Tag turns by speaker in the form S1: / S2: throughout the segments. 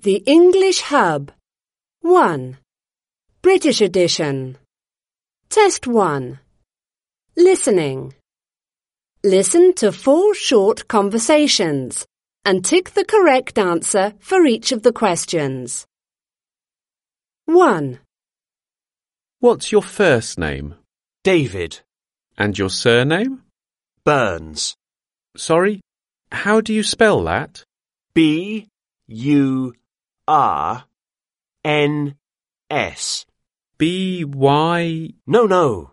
S1: The English Hub 1. British Edition Test 1. Listening Listen to four short conversations and tick the correct answer for each of the questions. 1.
S2: What's your first name
S3: David
S2: and your surname?
S3: Burns.
S2: Sorry, how do you spell that?
S3: B U R N S.
S2: B Y.
S3: No, no.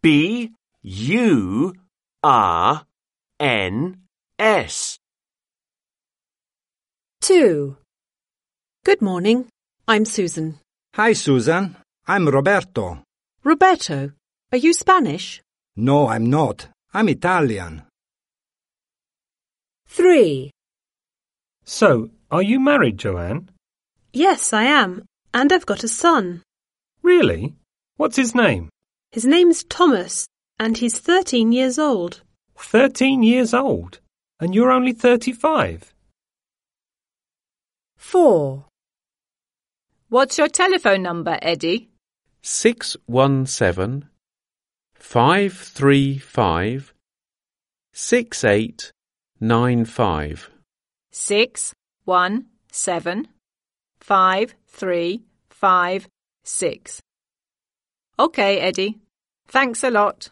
S3: B U R N S.
S1: 2.
S4: Good morning. I'm Susan.
S5: Hi, Susan. I'm Roberto.
S4: Roberto, are you Spanish?
S5: No, I'm not. I'm Italian.
S1: 3.
S6: So, are you married, Joanne?
S7: Yes, I am. And I've got a son.
S6: Really? What's his name?
S7: His name's Thomas, and he's 13 years old.
S6: Thirteen years old. And you're only thirty-five.
S1: 4.
S8: What's your telephone number, Eddie?
S2: Six one seven five three five six eight nine five.
S8: Six, one, seven, five, three, five, six. Okay, Eddie. Thanks a lot.